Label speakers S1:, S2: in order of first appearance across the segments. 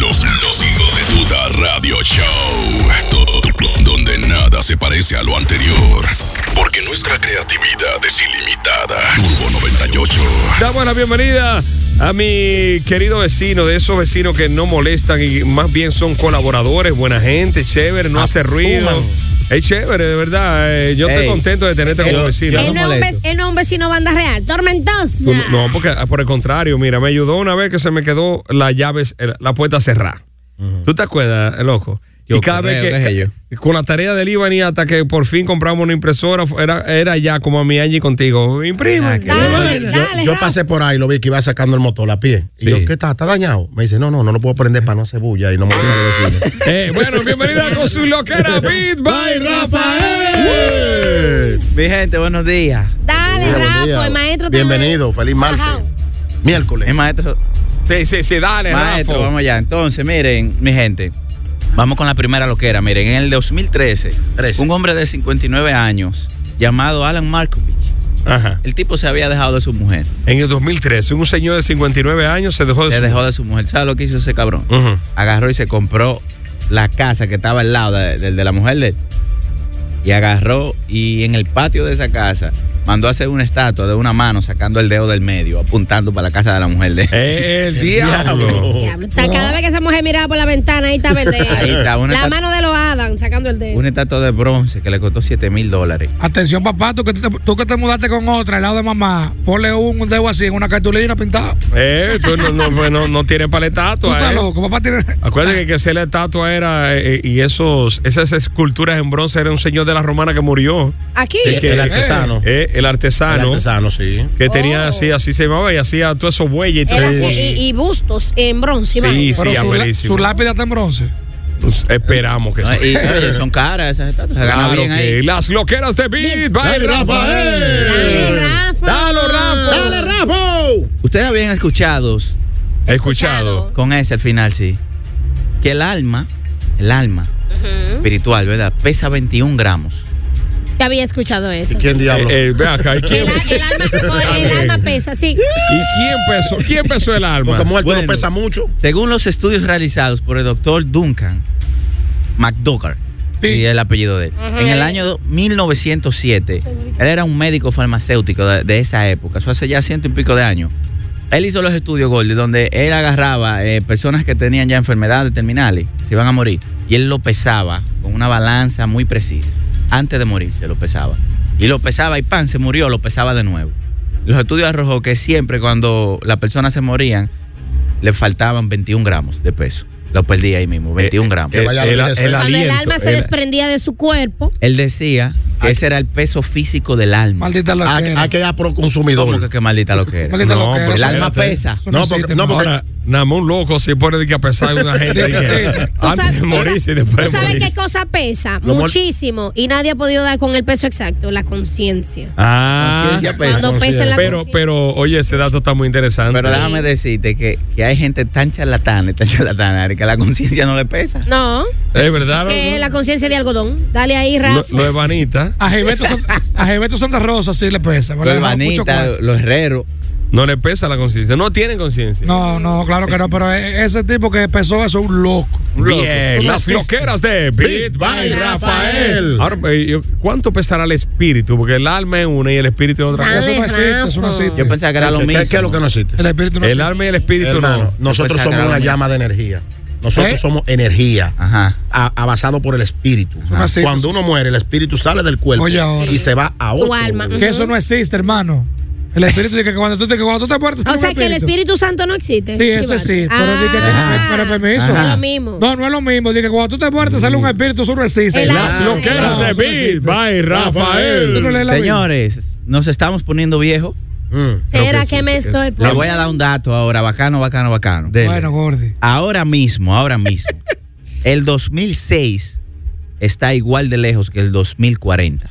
S1: Los, los hijos de puta radio show. Do- do- donde nada se parece a lo anterior. Porque nuestra creatividad es ilimitada. Turbo 98.
S2: Damos la bienvenida a mi querido vecino, de esos vecinos que no molestan y más bien son colaboradores, buena gente, chévere,
S3: Ah,
S2: no hace ruido. Es chévere, de verdad. eh, yo estoy
S3: Ey.
S2: contento de tenerte como
S3: Yo-
S2: vecino.
S3: yo
S4: Él no, es un vec- él no es un vecino banda real, tormentosa.
S2: Tú No, no, porque ah, por el contrario, mira, me ayudó una vez que se me quedó la llave, eh, la puerta cerrada. ¿Tú te acuerdas, eh, loco?
S3: Yo
S2: y cada vez
S3: creo
S2: que,
S3: que es ello.
S2: ca- con la tarea del Iván y hasta que por fin compramos una impresora, fu- era, era ya como a mi Angie contigo.
S3: Ah,
S2: Imprime.
S4: Dale,
S5: Yo,
S4: dale,
S5: yo
S4: Rafa.
S5: pasé por ahí, lo vi que iba sacando el motor a pie. Y
S2: Sí.
S5: yo, ¿qué está? ¿Está dañado? Me dice, no, no, no lo puedo prender para no se bulla y no me digan los vecinos.
S2: Eh, bueno, bienvenida con su loquera Beat by Rafael.
S3: Mi gente, buenos días.
S4: Dale,
S5: Buen día, buen
S4: Rafa,
S5: día.
S4: el maestro te-
S5: Bienvenido, feliz martes.
S4: Ajá.
S3: Eh,
S5: Miércoles.
S3: maestro,
S2: Sí, sí, sí, dale,
S3: maestro,
S2: Rafa.
S3: vamos allá. Entonces, miren, mi gente. Vamos con la primera loquera. Miren, en el 2013,
S5: Trece.
S3: un hombre de 59 años llamado Alan Markovich,
S2: Ajá.
S3: el tipo se había dejado de su mujer.
S2: En el 2013, un señor de 59 años se dejó de
S3: Se
S2: su-
S3: dejó de su mujer. ¿Sabes lo que hizo ese cabrón?
S2: Pues Ujú.
S3: agarró y se compró la casa que estaba al lado de- del de la mujer de él. Y agarró y en el patio de esa casa mandó a hacer una estatua de una mano sacando el dedo del medio, apuntando para la casa de la mujer de él.
S2: Eh, El, diablo.
S4: Diablo, está- Cada vez que esa mujer miraba por la ventana, ahí está verde.
S3: Ahí está, una
S4: la
S3: tat-
S4: mano de los Adam sacando el dedo.
S3: Una estatua de bronce que le costó 7 mil dólares.
S6: Atención, papá, tú que, te, tú que te mudaste con otra al lado de mamá, ponle un dedo así en una cartulina pintada.
S2: Eh, tú no, no, pues no, no tienes para la
S6: Tú
S2: estatua.
S6: estás
S2: eh.
S6: loco, papá tiene.
S2: Acuérdate que, que hacer la estatua era eh, y esos, esas esculturas en bronce era un señor de la romana que murió.
S4: Aquí.
S5: Sí,
S2: que-
S5: el artesano.
S2: eh, el
S5: Ah, El
S2: artesano.
S5: artesano, sí.
S2: Que tenía
S4: Oh.
S2: así, así se llamaba y hacía todos esos bueyes y
S4: Él
S2: todas esas
S4: hacía-
S2: cosas.
S4: y, y bustos en bronce.
S2: Sí, sí.
S4: vaina.
S6: pero su, la-
S2: abuelísimo.
S6: su lápida está en bronce.
S2: Pues esperamos que
S3: ¿no?
S2: sí.
S3: Y oye, son caras esas estatuas. Se gana
S2: Claro
S3: bien
S2: que
S3: ahí.
S2: Las loqueras de Beat by
S5: Dale, Rafael.
S4: Dale, Rafa.
S2: Dalo, Rafa.
S5: ¡Dale, Rapo!
S3: Ustedes habían escuchado
S2: He escuchado.
S3: con ese al final, sí. Que el alma, el alma espiritual, ¿verdad? Pesa 21 gramos.
S4: Ya había escuchado eso.
S5: ¿Y quién diablo?
S2: Eh, eh, ve acá, ¿y quién,
S4: El, a- el alma, el alma pesa, sí.
S2: ¿y quién pesó? ¿Quién pesó el alma?
S5: Porque muerto
S3: Bueno.
S5: no pesa mucho.
S3: Según los estudios realizados por el doctor Duncan McDougall,
S6: Sí.
S3: y el apellido de él, en el año 1907, él era un médico farmacéutico de, de esa época, eso hace ya ciento y pico de años. Él hizo los estudios Goldie, donde él agarraba eh, personas que tenían ya enfermedades terminales, se iban a morir, y él lo pesaba con una balanza muy precisa. Antes de morir se lo pesaba. Y lo pesaba y pan, se murió, lo pesaba de nuevo. Los estudios arrojó que siempre cuando las personas se morían, le faltaban 21 gramos de peso. Lo perdí ahí mismo, 21 gramos. Eh,
S5: Que vaya a
S2: Eh, el-
S5: la iglesia.
S2: el-
S4: Cuando el
S2: aliento,
S4: alma se
S2: el-
S4: desprendía de su cuerpo,
S3: Él decía que ese era el peso físico del alma.
S6: Maldita
S5: Ah, que-
S6: loquera.
S5: ah, que ya pro
S3: ¿Cómo que
S5: consumidor.
S3: qué maldita lo que era?
S6: Maldita
S2: No,
S6: loquera.
S2: pero
S3: El
S6: Eso-
S3: alma
S2: espérate.
S3: pesa.
S6: eso
S5: No, porque-
S6: existe
S5: no,
S6: más.
S5: porque-
S2: Ahora, nada más un loco se pone de que a pesar de una gente. de que-
S6: Tú
S2: antes Ah, de morirse y después
S4: ¿tú
S2: de
S4: sabes qué
S2: morirse.
S4: cosa pesa?
S5: Lo mol-
S4: Muchísimo. Y nadie ha podido dar con el peso exacto, la conciencia.
S2: Ah,
S3: Conciencia pesa.
S4: Cuando pesa en la
S2: pero,
S4: conciencia.
S2: pero, oye, ese dato está muy interesante.
S3: Pero déjame decirte que, que hay gente tan charlatana, y tan charlatana, Ari, que la conciencia no le pesa.
S4: No,
S2: Es verdad,
S4: que
S2: loco?
S4: la conciencia de algodón. Dale ahí,
S2: Lo,
S4: Rafa.
S2: lo de Vanita
S6: A Gilberto Santa- a Gilberto Santa Rosa sí le pesa. pero
S3: Los
S6: le deja mucho
S3: hermanitas,
S6: cuarto.
S3: los herreros.
S2: no le pesa la conciencia. No tiene conciencia.
S6: No, no, claro que no, pero e- ese tipo que pesó eso es un loco.
S2: Bien, las
S6: Racista.
S2: loqueras de Beat by Rafael. Ahora, eh, yo- ¿cuánto pesará el espíritu? Porque el alma es una y el espíritu es otra
S4: Dale,
S2: cosa.
S6: Eso no existe, eso no
S4: Rafa.
S6: existe.
S3: Yo pensaba que era lo
S5: ¿Qué-
S3: mismo.
S5: ¿Qué es lo que no existe?
S6: El espíritu no
S2: El
S6: existe.
S2: alma y el espíritu
S5: Hermano,
S2: no.
S5: nosotros
S3: Después
S5: somos
S3: sacaron
S5: una
S3: eso.
S5: llama de energía. Nosotros
S6: ¿Eh?
S5: somos energía,
S3: Ajá.
S5: a- a- basado por el espíritu.
S6: no existe.
S5: Cuando uno muere, el espíritu sale del cuerpo
S6: Oye, ahora.
S5: y se va a
S4: Tu
S5: otro.
S4: alma.
S6: Que eso no existe, hermano. El espíritu dice que cuando tú te, que cuando tú te mueres,
S4: O sea que el Espíritu Santo no existe.
S6: Sí, ese sí, pero di que-
S4: Ah.
S6: pero permiso.
S4: No es lo mismo.
S6: No, no es lo mismo. Dice que cuando tú te mueres, sale un espíritu, eso no existe.
S4: El
S2: Las
S4: alma.
S2: loqueras
S6: No,
S2: de
S6: eso no
S2: Big
S6: existe.
S2: by
S6: Tú no
S2: Rafael.
S6: lees la Biblia.
S3: Mm. Señores, nos estamos poniendo viejos.
S5: Mm.
S4: ¿Será que,
S3: sí,
S4: me
S3: sí,
S4: estoy
S3: Le voy a dar un dato ahora, bacano, bacano, bacano.
S6: Bueno, Gordy.
S3: Ahora mismo, ahora mismo. el 2006 está igual de lejos que el 2040.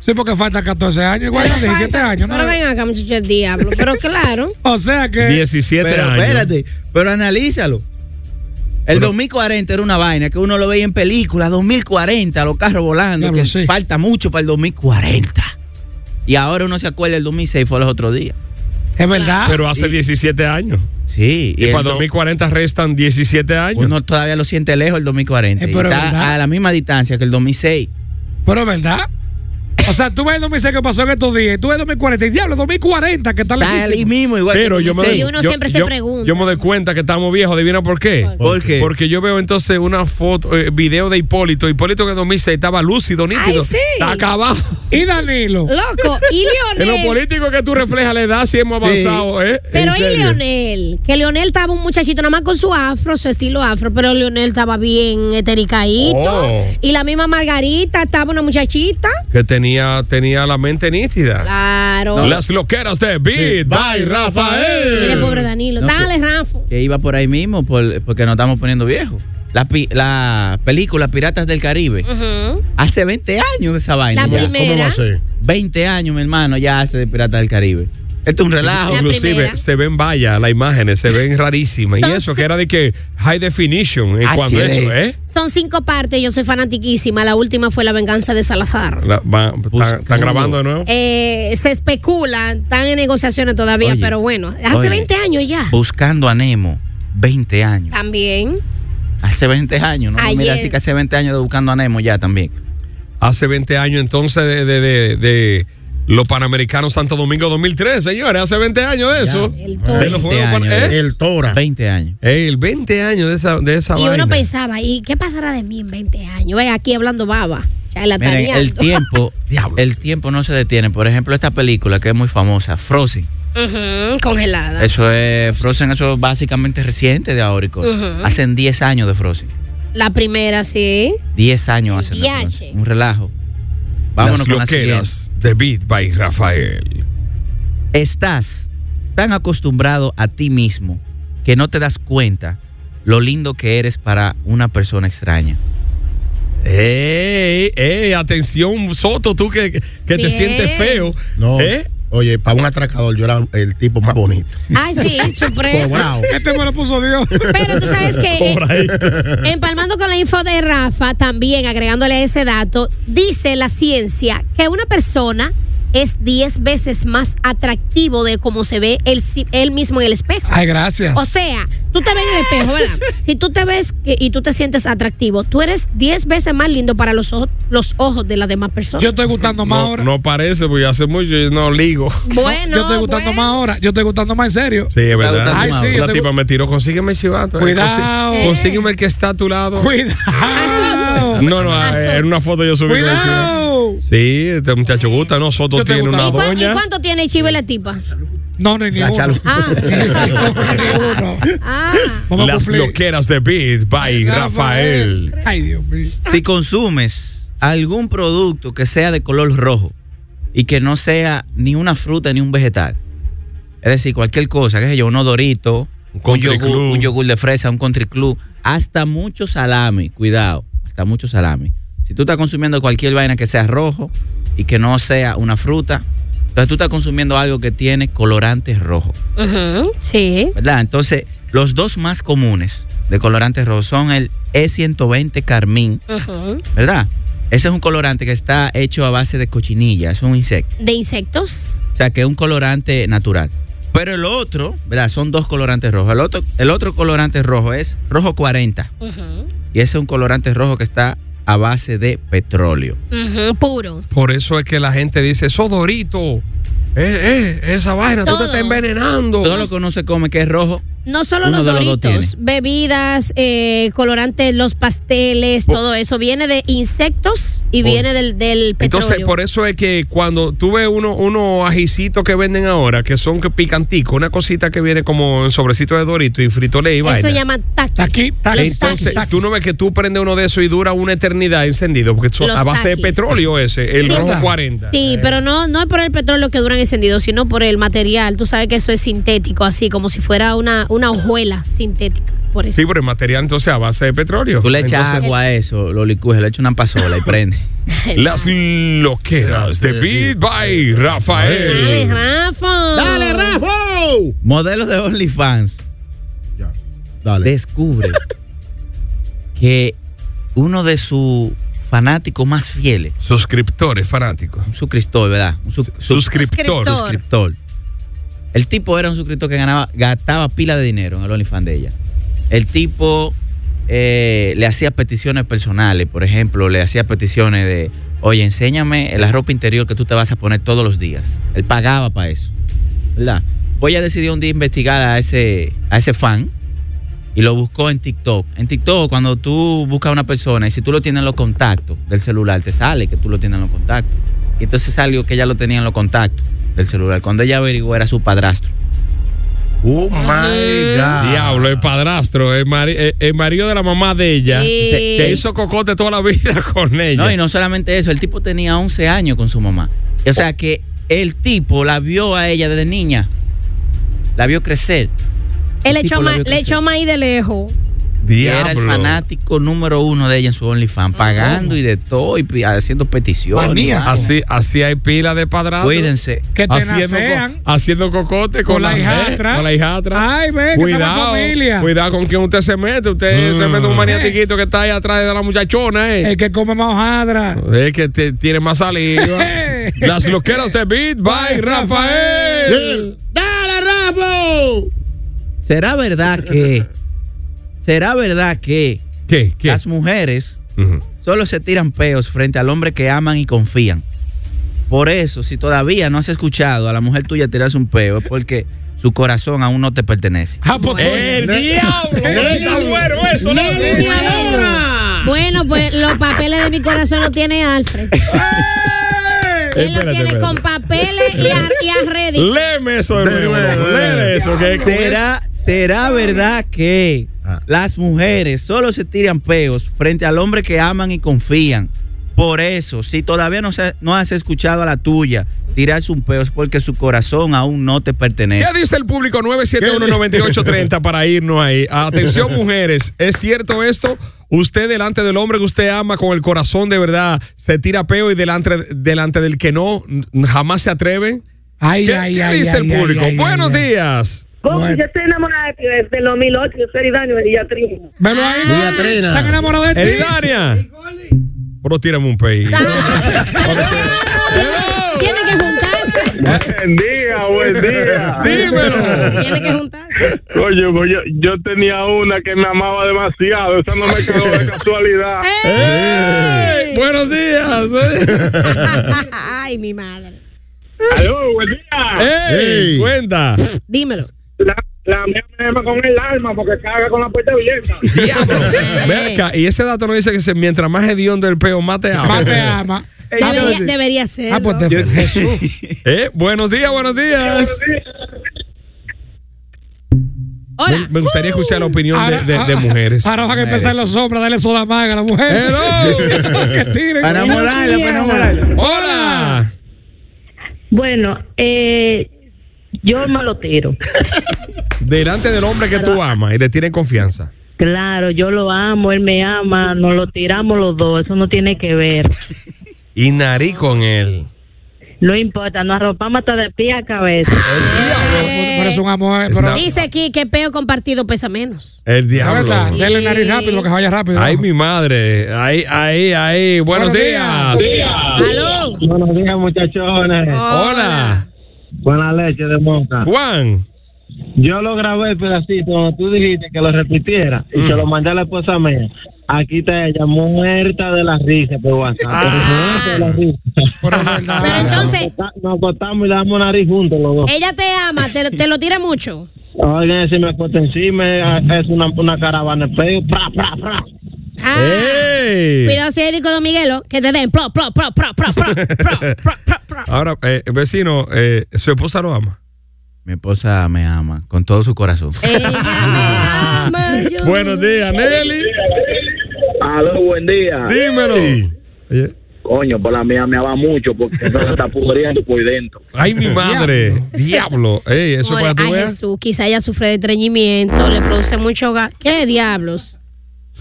S6: Sí, porque faltan 14 años, igual 17 años. ¿no?
S4: Pero ven acá, muchachos, el diablo. Pero claro.
S6: O sea que.
S2: 17
S3: Pero
S2: años.
S3: espérate, pero analízalo. El 2040 era una vaina que uno lo veía en películas, 2040, los carros volando,
S6: Diablo,
S3: que
S6: sí.
S3: falta mucho para el 2040. Y ahora uno se acuerda el 2006 fue los otros días.
S6: Es verdad.
S2: Pero hace 17 años.
S3: Sí,
S2: Y,
S3: el
S2: para
S3: do-
S2: 2040 restan 17 años.
S3: uno todavía lo siente lejos el 2040.
S6: Eh,
S3: y
S6: pero
S3: está
S6: ¿verdad?
S3: a la misma distancia que el 2006.
S6: Pero es verdad. O sea, tú ves el 2006 que pasó en estos días, y tú ves 2040, y diablo, 2040, que está
S3: Está ahí
S6: lejísimo.
S3: mismo igual. que
S2: Pero
S3: el
S2: yo me,
S3: 2006.
S4: Y uno
S2: yo-
S4: siempre se
S2: yo-
S4: pregunta.
S2: Yo me doy cuenta que estamos viejos, adivina por qué.
S3: ¿Por qué?
S2: Porque yo veo entonces una foto, eh, video de Hipólito. Hipólito que en 2006 estaba lúcido, nítido.
S4: sí.
S2: Está acabado.
S6: Y Danilo.
S4: Loco, y
S2: En los
S4: Lionel.
S2: políticos que tú reflejas la edad, si hemos avanzado, ¿eh?
S4: Pero
S2: En
S4: y
S2: serio.
S4: Leonel, que Leonel estaba un muchachito nada más con su afro, su estilo afro, pero Leonel estaba bien etericaíto.
S2: Oh.
S4: Y la misma Margarita estaba una muchachita.
S2: Que tenía, tenía la mente nítida.
S4: Claro.
S2: Las loqueras de Beat by
S4: Mire,
S2: Rafael.
S4: pobre Danilo.
S3: No,
S4: Dale,
S3: que-
S4: Rafa.
S3: que iba por ahí mismo por- porque nos estamos poniendo viejos. La, pi- la película Piratas del Caribe.
S4: Ujú.
S3: Hace 20 años de esa vaina.
S4: La
S3: ya.
S4: primera.
S5: ¿Cómo va a ser?
S3: 20 años, mi hermano, ya hace de Piratas del Caribe. Esto es un relajo.
S4: La
S2: Inclusive
S4: primera.
S2: se ven vallas, las imágenes se ven rarísimas. y
S4: Son
S2: eso
S4: se-
S2: que era de que high definition en
S3: HD.
S2: cuando eso, ¿eh?
S4: Son cinco partes, yo soy fanatiquísima. La última fue La venganza de Salazar.
S2: La- va- ¿Están
S3: Buscando.
S2: están grabando de nuevo?
S4: Eh, se especula, están en negociaciones todavía,
S3: Oye,
S4: pero bueno, hace
S3: oye.
S4: 20 años ya.
S3: Buscando a Nemo, 20 años.
S4: También.
S3: Hace 20 años, ¿no?
S4: Ah. Ayer.
S3: Mira, así que hace 20 años de Buscando a Nemo ya también.
S2: Hace 20 años entonces de, de, de- de los Panamericanos Santo Domingo 2003, señores. Hace 20 años de eso.
S4: el
S2: De los
S3: 20
S2: Juegos Pan-
S3: años de
S2: ¿eh?
S5: El Tora.
S3: 20 años.
S2: Ey, el 20 años de esa, de esa
S4: Y
S2: vaina.
S4: uno pensaba, ¿y qué pasará de mí en 20 años? Ve, aquí hablando baba.
S3: Miren,
S4: Charlataneando.
S3: el tiempo, el tiempo no se detiene. Por ejemplo, esta película que es muy famosa, Frozen.
S4: Ujú, congelada.
S3: Eso es Frozen, eso es básicamente reciente de ahora y cosas.
S4: Ujú.
S3: Hacen 10 años de Frozen.
S4: La primera, sí.
S3: 10 años hacen de
S4: Viaje.
S3: Frozen. Un relajo.
S2: Las
S3: Vámonos con la siguiente.
S2: loqueras de Beat by Rafael.
S3: Estás tan acostumbrado a ti mismo que no te das cuenta lo lindo que eres para una persona extraña.
S2: Ey, ey, atención, Soto, tú que, que te
S4: Bien.
S2: sientes feo.
S5: No.
S2: ¿Eh?
S5: Oye, para un atracador, yo era el tipo más bonito.
S4: Ay, sí, sorpresa.
S5: Cobrado.
S6: Este me lo puso Dios.
S4: Pero tú sabes que, eh, empalmando con la info de Rafa, también agregándole ese dato, dice la ciencia que una persona es 10 veces más atractivo de cómo se ve él, si- él mismo en el espejo.
S6: Ay, gracias.
S4: O sea, tú te ves en el espejo, ¿verdad? Si tú te ves que- y tú te sientes atractivo, tú eres 10 veces más lindo para los ojos, los ojos de las demás personas.
S6: yo estoy gustando más
S2: No,
S6: ahora.
S2: no parece, porque hace mucho yo no ligo.
S4: bueno,
S6: yo estoy gustando
S4: bueno.
S6: más ahora. Yo estoy gustando más en serio.
S2: Sí, es verdad.
S6: Ay, sí, yo
S2: Una
S6: te-
S2: tipa me tiró, consígueme chivata.
S6: Cuidado.
S2: Consi- Eh. Consígueme el que está a tu lado.
S6: Cuidado.
S2: No, no,
S4: Ah, Soto.
S2: en una foto yo subí. con el chivata.
S6: Cuidado.
S2: Sí, este muchacho gusta, ¿no? Soto
S6: Yo te
S2: tiene una
S6: gusta.
S4: ¿Y, cuán- y
S2: doña.
S4: cuánto tiene el chivo y la tipa?
S6: No, no, ni
S5: La
S6: uno.
S5: chalu-
S4: Ah.
S6: Ninguno.
S4: Ah,
S6: Vamos a
S2: Las
S6: cumplir.
S2: loqueras de Beat by Rafael.
S6: Ay, Dios mío.
S3: Si consumes algún producto que sea de color rojo y que no sea ni una fruta ni un vegetal, es decir, cualquier cosa, qué sé yo, unos doritos,
S2: Un
S3: un
S2: country
S3: yogur,
S2: club.
S3: un yogur de fresa, un country club, hasta mucho salami, cuidado, hasta mucho salami. Si tú estás consumiendo cualquier vaina que sea rojo y que no sea una fruta, entonces tú estás consumiendo algo que tiene colorantes rojos.
S4: ujú, sí.
S3: ¿verdad? Entonces, los dos más comunes de colorantes rojos son el E120 carmín,
S4: ujú.
S3: ¿verdad? Ese es un colorante que está hecho a base de cochinilla, es un insecto.
S4: De insectos.
S3: O sea, que es un colorante natural. Pero el otro, ¿verdad? Son dos colorantes rojos. El otro, el otro colorante rojo es rojo 40.
S4: ujú,
S3: Y ese es un colorante rojo que está a base de petróleo.
S4: ujú, Puro.
S2: Por eso es que la gente dice, eso dorito. Eh, eh, esa vaina, tú te
S4: Todo.
S2: estás envenenando.
S5: Oh,
S3: Todo lo que uno se come que es rojo
S4: No solo
S3: Uno
S4: los
S3: de los dos
S4: doritos,
S3: tiene.
S4: bebidas, eh, colorantes, los pasteles, todo eso viene de insectos y viene del, del petróleo.
S2: Entonces, por eso es que cuando tú ves uno- unos ajicitos que venden ahora, que son que picanticos, una cosita que viene como en sobrecito de dorito y fritolé y vaina.
S4: eso llama taquis.
S6: Taqui, taquis,
S4: Los
S2: Entonces,
S4: taquis.
S2: tú no ves que tú prendes uno de esos y dura una eternidad encendido, porque son
S4: Los
S2: a base de
S4: taquis.
S2: petróleo ese, el
S4: Sí.
S2: rojo Eh.
S6: ¿Verdad?
S2: 40.
S4: Sí, pero no, no es por el petróleo que duran encendidos, sino por el material. Tú sabes que eso es sintético, así como si fuera una, una hojuela sintética. Por eso.
S2: Sí, pero el material entonces a base de petróleo.
S3: Tú le echas
S2: Entonces,
S3: agua a eso, lo licúes, le echas una pasola y prende.
S2: Las loqueras de Beat by
S4: Dale,
S2: Rafael.
S4: Rafa.
S5: ¡Dale, Rafa!
S3: Modelos de OnlyFans.
S5: Ya. Dale.
S3: descubre que uno de sus fanáticos más fieles,
S2: Suscriptores fanáticos.
S3: un suscriptor, ¿verdad? Un su- su-
S2: Suscriptor.
S4: Suscriptor.
S3: suscriptor. El tipo era un suscriptor que ganaba, gastaba pila de dinero en el OnlyFans de ella. El tipo eh, le hacía peticiones personales, por ejemplo, le hacía peticiones de, oye, enséñame la ropa interior que tú te vas a poner todos los días. Él pagaba para eso, ¿verdad? Pues ella decidió un día investigar a ese, a ese fan y lo buscó en TikTok. En TikTok, cuando tú buscas a una persona y si tú lo tienes en los contactos del celular, te sale que tú lo tienes en los contactos. Y entonces salió que ella lo tenía en los contactos del celular. Cuando ella averiguó, era su padrastro.
S5: Oh my God.
S2: Diablo, eh. el padrastro, el, mari- el- el marido de la mamá de ella,
S4: Sí.
S2: que hizo cocote toda la vida con ella.
S3: No, y no solamente eso, el tipo tenía 11 años con su mamá. O sea que el tipo la vio a ella desde niña. La vio crecer.
S4: Él le
S3: El tipo
S4: echó
S3: la
S4: ma- le
S3: vio crecer.
S4: echó maíz de lejos.
S3: Y era el
S2: Diablo.
S3: fanático número uno de ella en su OnlyFans, pagando y de todo y pi- haciendo peticiones.
S6: Manía.
S3: vamos.
S2: Así, así hay pila de padrastros.
S3: Cuídense.
S6: Que te
S2: haciendo,
S6: nacean.
S2: co- haciendo cocote con,
S6: Con la hijastra.
S2: Con la hijastra.
S6: Ay, ve, que estamos en familia. Mm. Eh.
S2: Cuidado con quien usted se mete. Usted se mete un maniatiquito que está ahí atrás de la muchachona, eh.
S6: El que come más hojadra.
S2: Es que te- tiene más saliva. Las loqueras de Beat by Rafael.
S5: ¡Dale, Rafa!
S3: ¿Será verdad que. ¿Será verdad que
S2: ¿Qué? ¿Qué?
S3: las mujeres
S2: Ujú.
S3: solo se tiran peos frente al hombre que aman y confían? Por eso, si todavía no has escuchado a la mujer tuya tirarse un peo, es porque su corazón aún no te pertenece.
S6: Ah, pues,
S2: ¡El
S5: Ne-
S2: diablo!
S5: Ne-
S2: ¡Está bueno eso! ¿no?
S5: Ne- Diabla.
S4: Bueno, pues los papeles de mi corazón los tiene Alfred. Él los
S2: Espérate,
S4: tiene
S2: espérate.
S4: con papeles y a, y a ready.
S2: Léeme eso, hermano. Léeme eso. Que con
S3: ¿Será, será verdad que
S5: Ah.
S3: las mujeres solo se tiran peos frente al hombre que aman y confían? Por eso, si todavía no, se- no has escuchado a la tuya tirarse un peo, es porque su corazón aún no te pertenece.
S2: ¿Qué dice el público 971-9830 para irnos ahí? Atención, mujeres, ¿es cierto esto? Usted delante del hombre que usted ama con el corazón de verdad se tira peo y delante, delante del que no n- jamás se atreve.
S6: Ay,
S2: ¿Qué,
S6: ay,
S2: qué
S6: ay,
S2: dice
S6: ay,
S2: el
S6: ay,
S2: público?
S6: ay,
S2: Buenos
S6: ay, ay.
S2: días.
S7: Como
S6: Bueno.
S7: yo estoy enamorada de ti desde el 2008, yo soy Dani Bellatrina.
S6: Velo
S4: Ah,
S6: ahí,
S5: Mira, Trina.
S6: están enamorados de ti.
S2: Elidaria. Pero tírame un pey.
S4: ah. Tiene que juntarse.
S7: Buen día, buen día.
S2: Dímelo.
S4: Tiene que juntarse.
S7: Coño, pues yo, yo tenía una que me amaba demasiado. Esa no me quedó de casualidad.
S2: ¡Ey! Buenos días. ¿eh?
S4: Ay, mi madre.
S7: Aló, buen día.
S2: ¡Ey!
S5: Ey.
S2: Cuenta.
S4: Dímelo.
S7: La, la mía me ama con el alma porque caga con la puerta abierta.
S2: Ve acá, y ese dato nos dice que se- mientras más hediondo el peo, más te ama.
S6: Más te ama.
S4: Debería, debería ser.
S6: Ah, pues te Jesús.
S2: Eh, buenos días, buenos días. Me,
S4: Hola.
S2: me gustaría escuchar la opinión de,
S6: Ahora-
S2: de- de
S6: ah,
S2: mujeres.
S6: Ahora van a empezar los hombres a darle soda maga a la mujer.
S2: Hello.
S6: que tiren.
S3: Para enamorarla, para enamorarla.
S2: Hola.
S7: Bueno, eh, yo me lo tiro.
S2: Delante del hombre que tú amas y le tienen confianza.
S7: Claro, yo lo amo, él me ama, nos lo tiramos los dos, eso no tiene que ver.
S2: Y narí con él.
S7: No importa, nos arropamos hasta de pie a cabeza.
S6: Pero es un amor. Pero,
S2: Esa-
S4: Dice aquí que peo compartido pesa menos.
S2: El
S6: la
S2: diablo.
S6: verdad,
S4: Sí.
S6: dele nariz rápido, que vaya rápido.
S2: Ay, mi madre. Ay, ay, ay. Buenos,
S6: Buenos
S2: días.
S6: días.
S4: Aló.
S7: Buenos días, muchachones.
S2: Ah, Hola.
S7: Buena leche de monca.
S2: Juan.
S7: Yo lo grabé el pedacito donde tú dijiste que lo repitiera y se lo mandé a la esposa mía. Aquí está ella, muerta de la risa por WhatsApp. Muerta de la risa.
S4: Pero entonces,
S7: Nos acostamos y le damos nariz juntos los dos.
S4: ella te ama, te, te lo tira mucho.
S7: Oigan, si me acuesto encima, eh, es una, una caravana de peo. ¡Pra, pra, pra!
S4: Ah,
S2: ¡Ey!
S4: Cuidado si es Dico Don Miguelo, que te den pro, pro, pro, pro, pro, pro, pro, pro, pro, pro.
S2: Ahora, eh, vecino, eh, su esposa lo ama.
S3: Mi esposa me ama con todo su corazón.
S4: Ella me ama, yo-
S2: Buenos días, Nelly.
S7: Aló, buen día.
S2: Dímelo. Oye.
S7: Coño, por la mía me va mucho porque no se está pudriendo por dentro.
S2: Ay, mi madre. Diablo. Ey, eso
S4: More,
S2: para eh?
S4: a
S2: tu veas.
S4: Jesús, quizá ella sufre de estreñimiento, le produce mucho gas. ¿Qué diablos?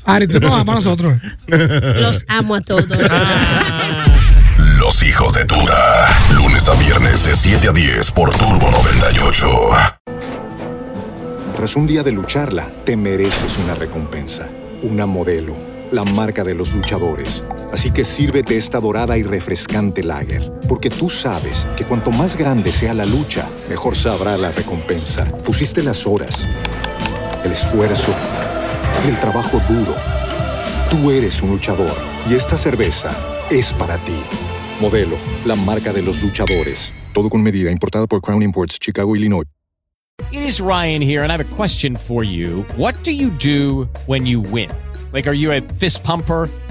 S8: Ari, tú no amas a nosotros.
S4: Los amo a todos.
S9: Los hijos de Tuta. Lunes a viernes de 7 a 10 por Turbo 98.
S10: Tras un día de lucharla, te mereces una recompensa, una modelo, la marca de los luchadores. Así que sírvete esta dorada y refrescante lager, porque tú sabes que cuanto más grande sea la lucha, mejor sabrá la recompensa. Pusiste las horas, el esfuerzo, el trabajo duro. Tú eres un luchador y esta cerveza es para ti. Modelo, la marca de los luchadores. Todo con medida, importada por Crown Imports, Chicago, Illinois.
S6: It is Ryan here, and I have a question for you. What do you do when you win? Like, are you a fist pumper?